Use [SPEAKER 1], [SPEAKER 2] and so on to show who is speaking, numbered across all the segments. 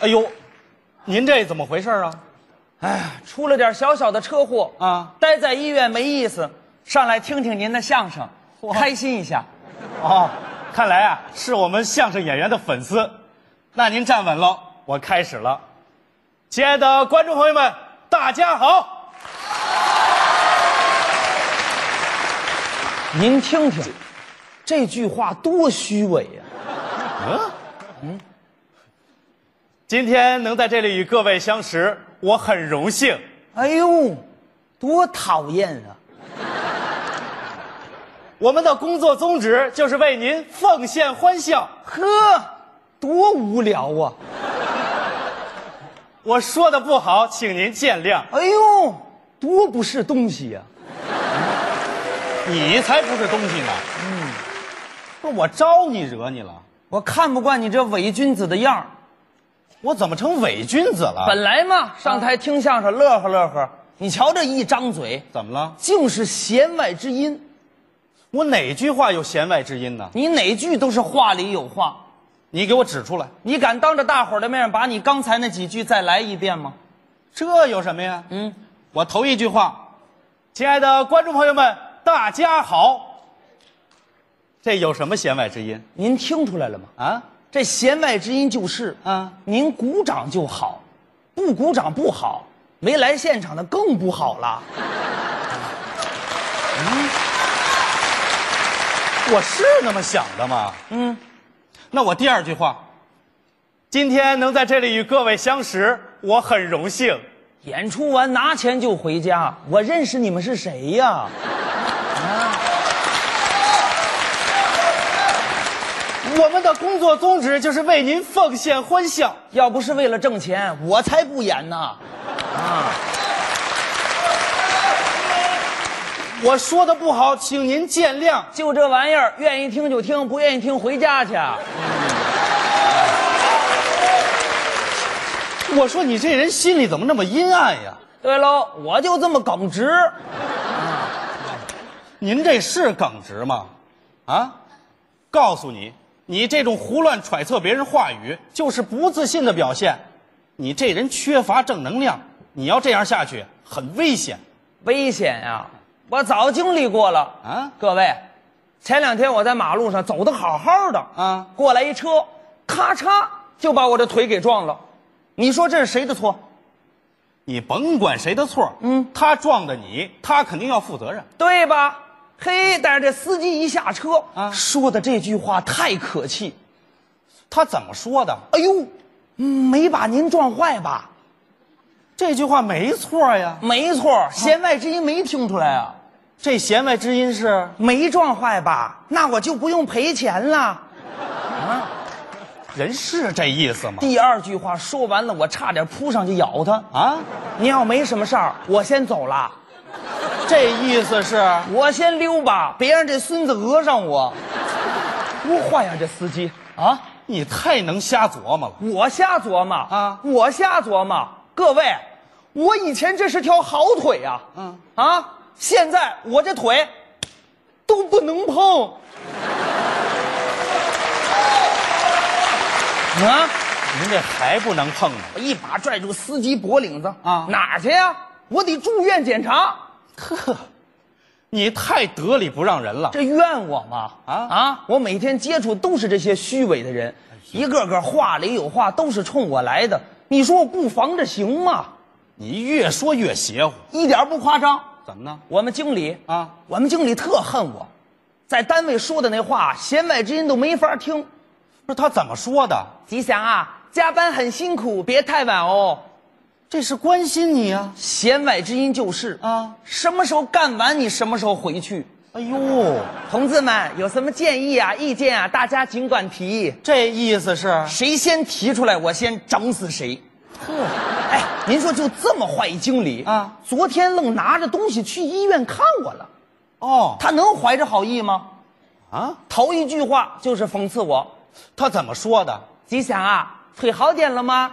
[SPEAKER 1] 哎呦，您这怎么回事啊？
[SPEAKER 2] 出了点小小的车祸
[SPEAKER 1] 啊
[SPEAKER 2] 待在医院没意思，上来听听您的相声，开心一下。
[SPEAKER 1] 哦，看来啊是我们相声演员的粉丝。那您站稳了，我开始了。亲爱的观众朋友们，大家好。
[SPEAKER 2] 您听听，这句话多虚伪呀、
[SPEAKER 1] 嗯今天能在这里与各位相识，我很荣幸。
[SPEAKER 2] 哎呦，多讨厌啊！
[SPEAKER 1] 我们的工作宗旨就是为您奉献欢笑。
[SPEAKER 2] 呵，多无聊啊！
[SPEAKER 1] 我说的不好，请您见谅。
[SPEAKER 2] 哎呦，多不是东西呀、
[SPEAKER 1] 你才不是东西呢。嗯，不是我招你惹你了，
[SPEAKER 2] 我看不惯你这伪君子的样儿。
[SPEAKER 1] 我怎么成伪君子了？
[SPEAKER 2] 本来嘛，上台听相声乐呵乐呵，你瞧这一张嘴，
[SPEAKER 1] 怎么了？
[SPEAKER 2] 竟是弦外之音。
[SPEAKER 1] 我哪句话有弦外之音呢？
[SPEAKER 2] 你哪句都是话里有话。
[SPEAKER 1] 你给我指出来，
[SPEAKER 2] 你敢当着大伙儿的面把你刚才那几句再来一遍吗？
[SPEAKER 1] 这有什么呀？
[SPEAKER 2] 嗯，
[SPEAKER 1] 我头一句话，亲爱的观众朋友们，大家好。这有什么弦外之音
[SPEAKER 2] 您听出来了吗？
[SPEAKER 1] 啊？
[SPEAKER 2] 这弦外之音就是
[SPEAKER 1] 啊
[SPEAKER 2] 您鼓掌就好，不鼓掌不好，没来现场的更不好了。
[SPEAKER 1] 我是那么想的吗？
[SPEAKER 2] 嗯，
[SPEAKER 1] 那我第二句话，今天能在这里与各位相识，我很荣幸。
[SPEAKER 2] 演出完拿钱就回家，我认识你们是谁呀？
[SPEAKER 1] 我们的工作宗旨就是为您奉献欢笑。
[SPEAKER 2] 要不是为了挣钱，我才不演呢。
[SPEAKER 1] 我说的不好，请您见谅。
[SPEAKER 2] 就这玩意儿，愿意听就听，不愿意听回家去。
[SPEAKER 1] 我说你这人心里怎么那么阴暗呀？
[SPEAKER 2] 对喽，我就这么耿直。
[SPEAKER 1] 您这是耿直吗？啊，告诉你，你这种胡乱揣测别人话语，就是不自信的表现。你这人缺乏正能量，你要这样下去很危险。
[SPEAKER 2] 危险呀、我早经历过了
[SPEAKER 1] 啊
[SPEAKER 2] 各位，前两天我在马路上走的好好的
[SPEAKER 1] 啊
[SPEAKER 2] 过来一车，咔嚓就把我的腿给撞了。你说这是谁的错？
[SPEAKER 1] 你甭管谁的错，
[SPEAKER 2] 嗯，
[SPEAKER 1] 他撞的你，他肯定要负责任。
[SPEAKER 2] 对吧？嘿，但是这司机一下车
[SPEAKER 1] 啊
[SPEAKER 2] 说的这句话太可气。
[SPEAKER 1] 他怎么说的？
[SPEAKER 2] 哎呦，嗯没把您撞坏吧？
[SPEAKER 1] 这句话没错呀。
[SPEAKER 2] 没错，弦外之音没听出来啊，
[SPEAKER 1] 这弦外之音是
[SPEAKER 2] 没撞坏吧？那我就不用赔钱了。
[SPEAKER 1] 人是这意思吗？
[SPEAKER 2] 第二句话说完了，我差点扑上去咬他。
[SPEAKER 1] 啊，
[SPEAKER 2] 你要没什么事儿，我先走了，
[SPEAKER 1] 这意思是
[SPEAKER 2] 我先溜吧，别让这孙子讹上我。多坏呀、这司机啊！
[SPEAKER 1] 你太能瞎琢磨了。
[SPEAKER 2] 我瞎琢磨
[SPEAKER 1] 啊
[SPEAKER 2] 我瞎琢磨。各位，我以前这是条好腿呀、啊，
[SPEAKER 1] 嗯
[SPEAKER 2] 啊，现在我这腿都不能碰。 啊！
[SPEAKER 1] 您这还不能碰呢？
[SPEAKER 2] 我一把拽住司机脖领子
[SPEAKER 1] 啊
[SPEAKER 2] 哪儿去呀、我得住院检查。
[SPEAKER 1] 呵，你太得理不让人了。
[SPEAKER 2] 这怨我吗？
[SPEAKER 1] 啊
[SPEAKER 2] 啊啊！我每天接触都是这些虚伪的人，
[SPEAKER 1] 哎
[SPEAKER 2] 一个个话里有话，都是冲我来的。你说我不防着行吗？
[SPEAKER 1] 你越说越邪乎。
[SPEAKER 2] 一点不夸张。
[SPEAKER 1] 怎么呢？
[SPEAKER 2] 我们经理
[SPEAKER 1] 啊
[SPEAKER 2] 啊，我们经理特恨我，在单位说的那话，弦外之音都没法听。
[SPEAKER 1] 不是他怎么说的？
[SPEAKER 2] 吉祥啊，加班很辛苦，别太晚哦。
[SPEAKER 1] 这是关心你呀、
[SPEAKER 2] 弦外之音就是
[SPEAKER 1] 啊
[SPEAKER 2] 啊，什么时候干完你什么时候回去。
[SPEAKER 1] 哎呦，
[SPEAKER 2] 同志们有什么建议啊、意见啊，大家尽管提。
[SPEAKER 1] 这意思是
[SPEAKER 2] 谁先提出来，我先整死谁。哎，您说就这么坏一经理
[SPEAKER 1] 啊
[SPEAKER 2] 啊？昨天愣拿着东西去医院看我了，
[SPEAKER 1] 哦
[SPEAKER 2] 他能怀着好意吗？
[SPEAKER 1] 啊，
[SPEAKER 2] 头一句话就是讽刺我，
[SPEAKER 1] 他怎么说的？
[SPEAKER 2] 吉祥啊，腿好点了吗？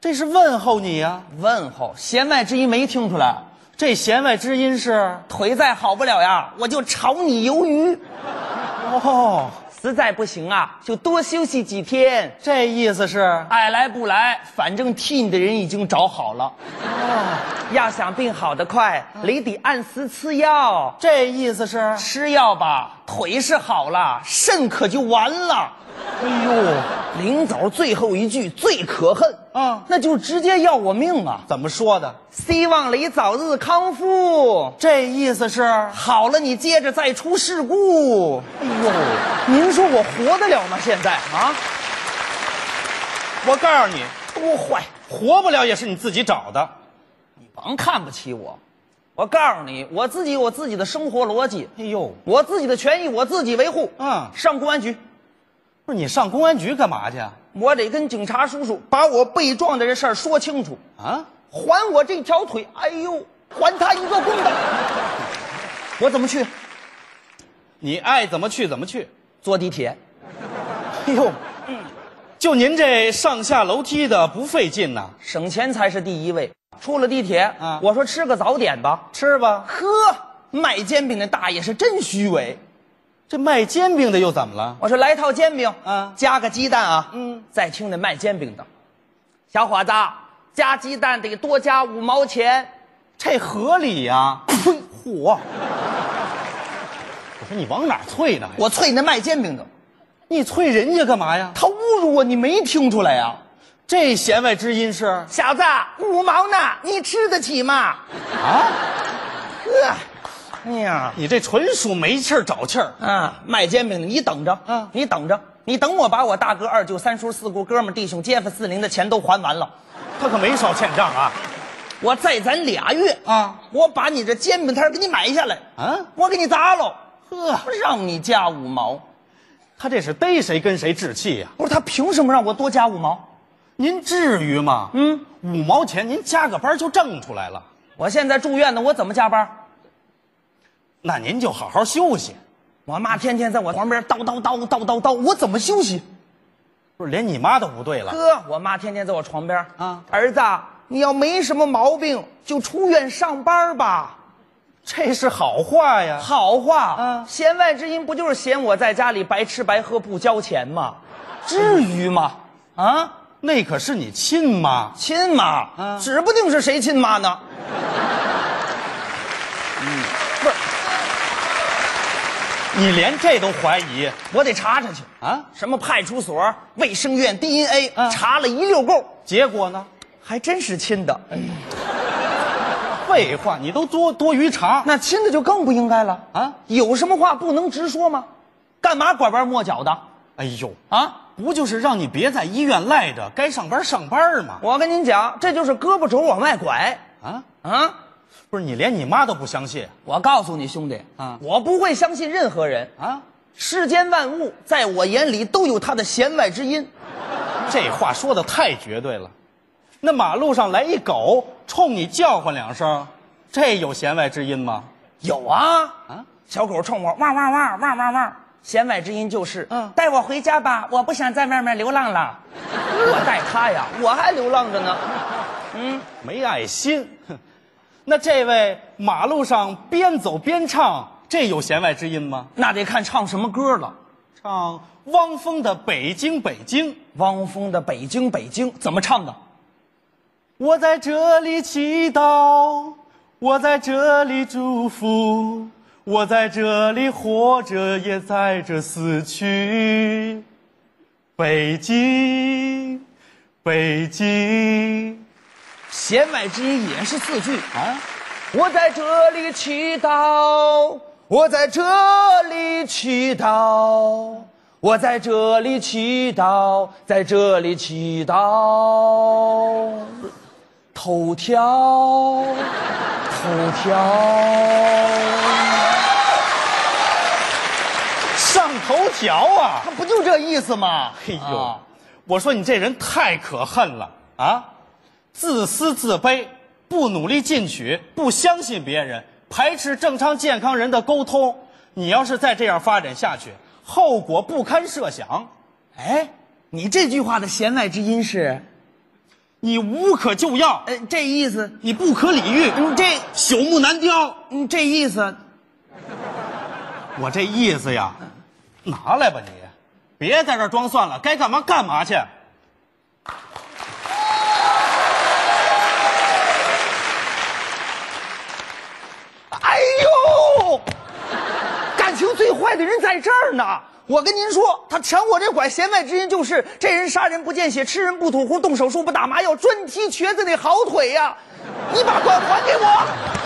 [SPEAKER 1] 这是问候你呀、
[SPEAKER 2] 问候，弦外之音没听出来，
[SPEAKER 1] 这弦外之音是
[SPEAKER 2] 腿再好不了呀，我就炒你鱿鱼。
[SPEAKER 1] 哦，
[SPEAKER 2] 实在不行啊，就多休息几天。
[SPEAKER 1] 这意思是
[SPEAKER 2] 爱来不来，反正替你的人已经找好了。嗯哦，要想病好得快，你得按时吃药。
[SPEAKER 1] 这意思是，
[SPEAKER 2] 吃药吧，腿是好了，肾可就完了。
[SPEAKER 1] 哎呦，
[SPEAKER 2] 临走最后一句最可恨
[SPEAKER 1] 啊
[SPEAKER 2] 那就是直接要我命啊！
[SPEAKER 1] 怎么说的？
[SPEAKER 2] 嗯希望你早日康复，
[SPEAKER 1] 这意思是，哎
[SPEAKER 2] 好了你接着再出事故。
[SPEAKER 1] 呦，
[SPEAKER 2] 哎您说我活得了吗？现在啊，
[SPEAKER 1] 我告诉你，
[SPEAKER 2] 多坏！
[SPEAKER 1] 活不了也是你自己找的。
[SPEAKER 2] 你甭看不起我，我告诉你，我自己有我自己的生活逻辑，
[SPEAKER 1] 哎呦，
[SPEAKER 2] 我自己的权益我自己维护。
[SPEAKER 1] 嗯
[SPEAKER 2] 上公安局，
[SPEAKER 1] 不是你上公安局干嘛去啊？
[SPEAKER 2] 我得跟警察叔叔把我被撞的这事儿说清楚。
[SPEAKER 1] 啊，
[SPEAKER 2] 还我这条腿！哎呦，还他一个公道！我怎么去？
[SPEAKER 1] 你爱怎么去怎么去。
[SPEAKER 2] 坐地铁。
[SPEAKER 1] 哎呦，就您这上下楼梯的不费劲呐，
[SPEAKER 2] 省钱才是第一位。出了地铁，
[SPEAKER 1] 啊
[SPEAKER 2] 我说吃个早点吧。
[SPEAKER 1] 吃吧。
[SPEAKER 2] 呵，卖煎饼的大爷是真虚伪。
[SPEAKER 1] 这卖煎饼的又怎么了？
[SPEAKER 2] 我说来套煎饼，
[SPEAKER 1] 啊
[SPEAKER 2] 加个鸡蛋啊。
[SPEAKER 1] 嗯，
[SPEAKER 2] 再听那卖煎饼的，小伙子，加鸡蛋得多加五毛钱。
[SPEAKER 1] 这合理呀、
[SPEAKER 2] 呸！
[SPEAKER 1] 嚯！我说你往哪儿啐呢？
[SPEAKER 2] 我啐那卖煎饼的，
[SPEAKER 1] 你啐人家干嘛呀？
[SPEAKER 2] 他侮辱我，你没听出来啊呀、
[SPEAKER 1] 这弦外之音是
[SPEAKER 2] 小子，五毛呢，你吃得起吗？
[SPEAKER 1] 啊？
[SPEAKER 2] 呵，哎呀，
[SPEAKER 1] 你这纯属没气儿找气儿。
[SPEAKER 2] 啊，卖煎饼的，你等着，
[SPEAKER 1] 啊
[SPEAKER 2] 你等着，你等我把我大哥、二舅、三叔、四姑、哥们儿、弟兄、街坊、四邻的钱都还完了，
[SPEAKER 1] 他可没少欠账啊！
[SPEAKER 2] 我再攒俩月
[SPEAKER 1] 啊，
[SPEAKER 2] 我把你这煎饼摊儿给你买下来，
[SPEAKER 1] 啊
[SPEAKER 2] 我给你砸喽，
[SPEAKER 1] 呵，
[SPEAKER 2] 不让你加五毛，
[SPEAKER 1] 他这是逮谁跟谁置气呀、
[SPEAKER 2] 不是他凭什么让我多加五毛？
[SPEAKER 1] 您至于吗？嗯，五毛钱您加个班就挣出来了，
[SPEAKER 2] 我现在住院呢，我怎么加班？
[SPEAKER 1] 那您就好好休息。
[SPEAKER 2] 我妈天天在我旁边叨叨叨叨叨叨，我怎么休息？
[SPEAKER 1] 不是连你妈都不对了，
[SPEAKER 2] 哥，我妈天天在我床边
[SPEAKER 1] 啊
[SPEAKER 2] 儿子，你要没什么毛病，就出院上班吧。
[SPEAKER 1] 这是好话呀。
[SPEAKER 2] 好话，
[SPEAKER 1] 嗯
[SPEAKER 2] 弦外之音不就是嫌我在家里白吃白喝不交钱吗？至于吗？啊，
[SPEAKER 1] 那可是你亲妈，
[SPEAKER 2] 亲妈，
[SPEAKER 1] 嗯
[SPEAKER 2] 指不定是谁亲妈呢。
[SPEAKER 1] 你连这都怀疑
[SPEAKER 2] 我得查查去啊，
[SPEAKER 1] 啊？
[SPEAKER 2] 什么派出所、卫生院、DNA，、
[SPEAKER 1] 嗯
[SPEAKER 2] 查了一溜够，
[SPEAKER 1] 结果呢？哎
[SPEAKER 2] 还真是亲的。
[SPEAKER 1] 废话，你都多多余查
[SPEAKER 2] 那亲的就更不应该了
[SPEAKER 1] 啊
[SPEAKER 2] 啊！有什么话不能直说吗？干嘛拐弯抹角的
[SPEAKER 1] 哎呦，
[SPEAKER 2] 啊？
[SPEAKER 1] 不就是让你别在医院赖着，该上班上班吗？
[SPEAKER 2] 我跟您讲，这就是胳膊肘往外拐
[SPEAKER 1] 啊，
[SPEAKER 2] 啊！
[SPEAKER 1] 不是你连你妈都不相信
[SPEAKER 2] 我告诉你，兄弟
[SPEAKER 1] 啊
[SPEAKER 2] 我不会相信任何人
[SPEAKER 1] 啊？
[SPEAKER 2] 世间万物在我眼里都有它的弦外之音。
[SPEAKER 1] 这话说的太绝对了。那马路上来一狗冲你叫唤两声，这有弦外之音吗？
[SPEAKER 2] 有啊，
[SPEAKER 1] 啊
[SPEAKER 2] 小狗冲我汪汪汪汪汪汪，弦外之音就是，
[SPEAKER 1] 嗯
[SPEAKER 2] 带我回家吧，我不想在外面流浪了。我带它呀，我还流浪着呢。
[SPEAKER 1] 没爱心。 哼那这位马路上边走边唱，这有弦外之音吗？
[SPEAKER 2] 那得看唱什么歌了。
[SPEAKER 1] 唱汪峰的《北京北京》，
[SPEAKER 2] 汪峰的《北京北京》怎么唱的？
[SPEAKER 1] 我在这里祈祷，我在这里祝福，我在这里活着，也在这死去。北京，北京
[SPEAKER 2] 弦外之音也是四句。
[SPEAKER 1] 啊！
[SPEAKER 2] 我在这里祈祷，我在这里祈祷，我在这里祈祷，在这里祈祷。头条，头条，
[SPEAKER 1] 上头条啊！
[SPEAKER 2] 不就这意思吗？
[SPEAKER 1] 哎呦，
[SPEAKER 2] 啊
[SPEAKER 1] 我说你这人太可恨了啊！自私自卑，不努力进取，不相信别人，排斥正常健康人的沟通。你要是再这样发展下去，后果不堪设想。
[SPEAKER 2] 哎，你这句话的弦外之音是，
[SPEAKER 1] 你无可救药，
[SPEAKER 2] 呃，这意思，嗯
[SPEAKER 1] 你不可理喻，
[SPEAKER 2] 你哎这，
[SPEAKER 1] 朽木难雕。
[SPEAKER 2] 你这意思，
[SPEAKER 1] 我这意思呀，拿来吧你，别在这儿装蒜了，该干嘛干嘛去。
[SPEAKER 2] 哎呦，感情最坏的人在这儿呢。我跟您说，他抢我这拐，弦外之音就是这人杀人不见血，吃人不吐糊，动手术不打麻药，专踢瘸子那好腿呀、你把管还给我。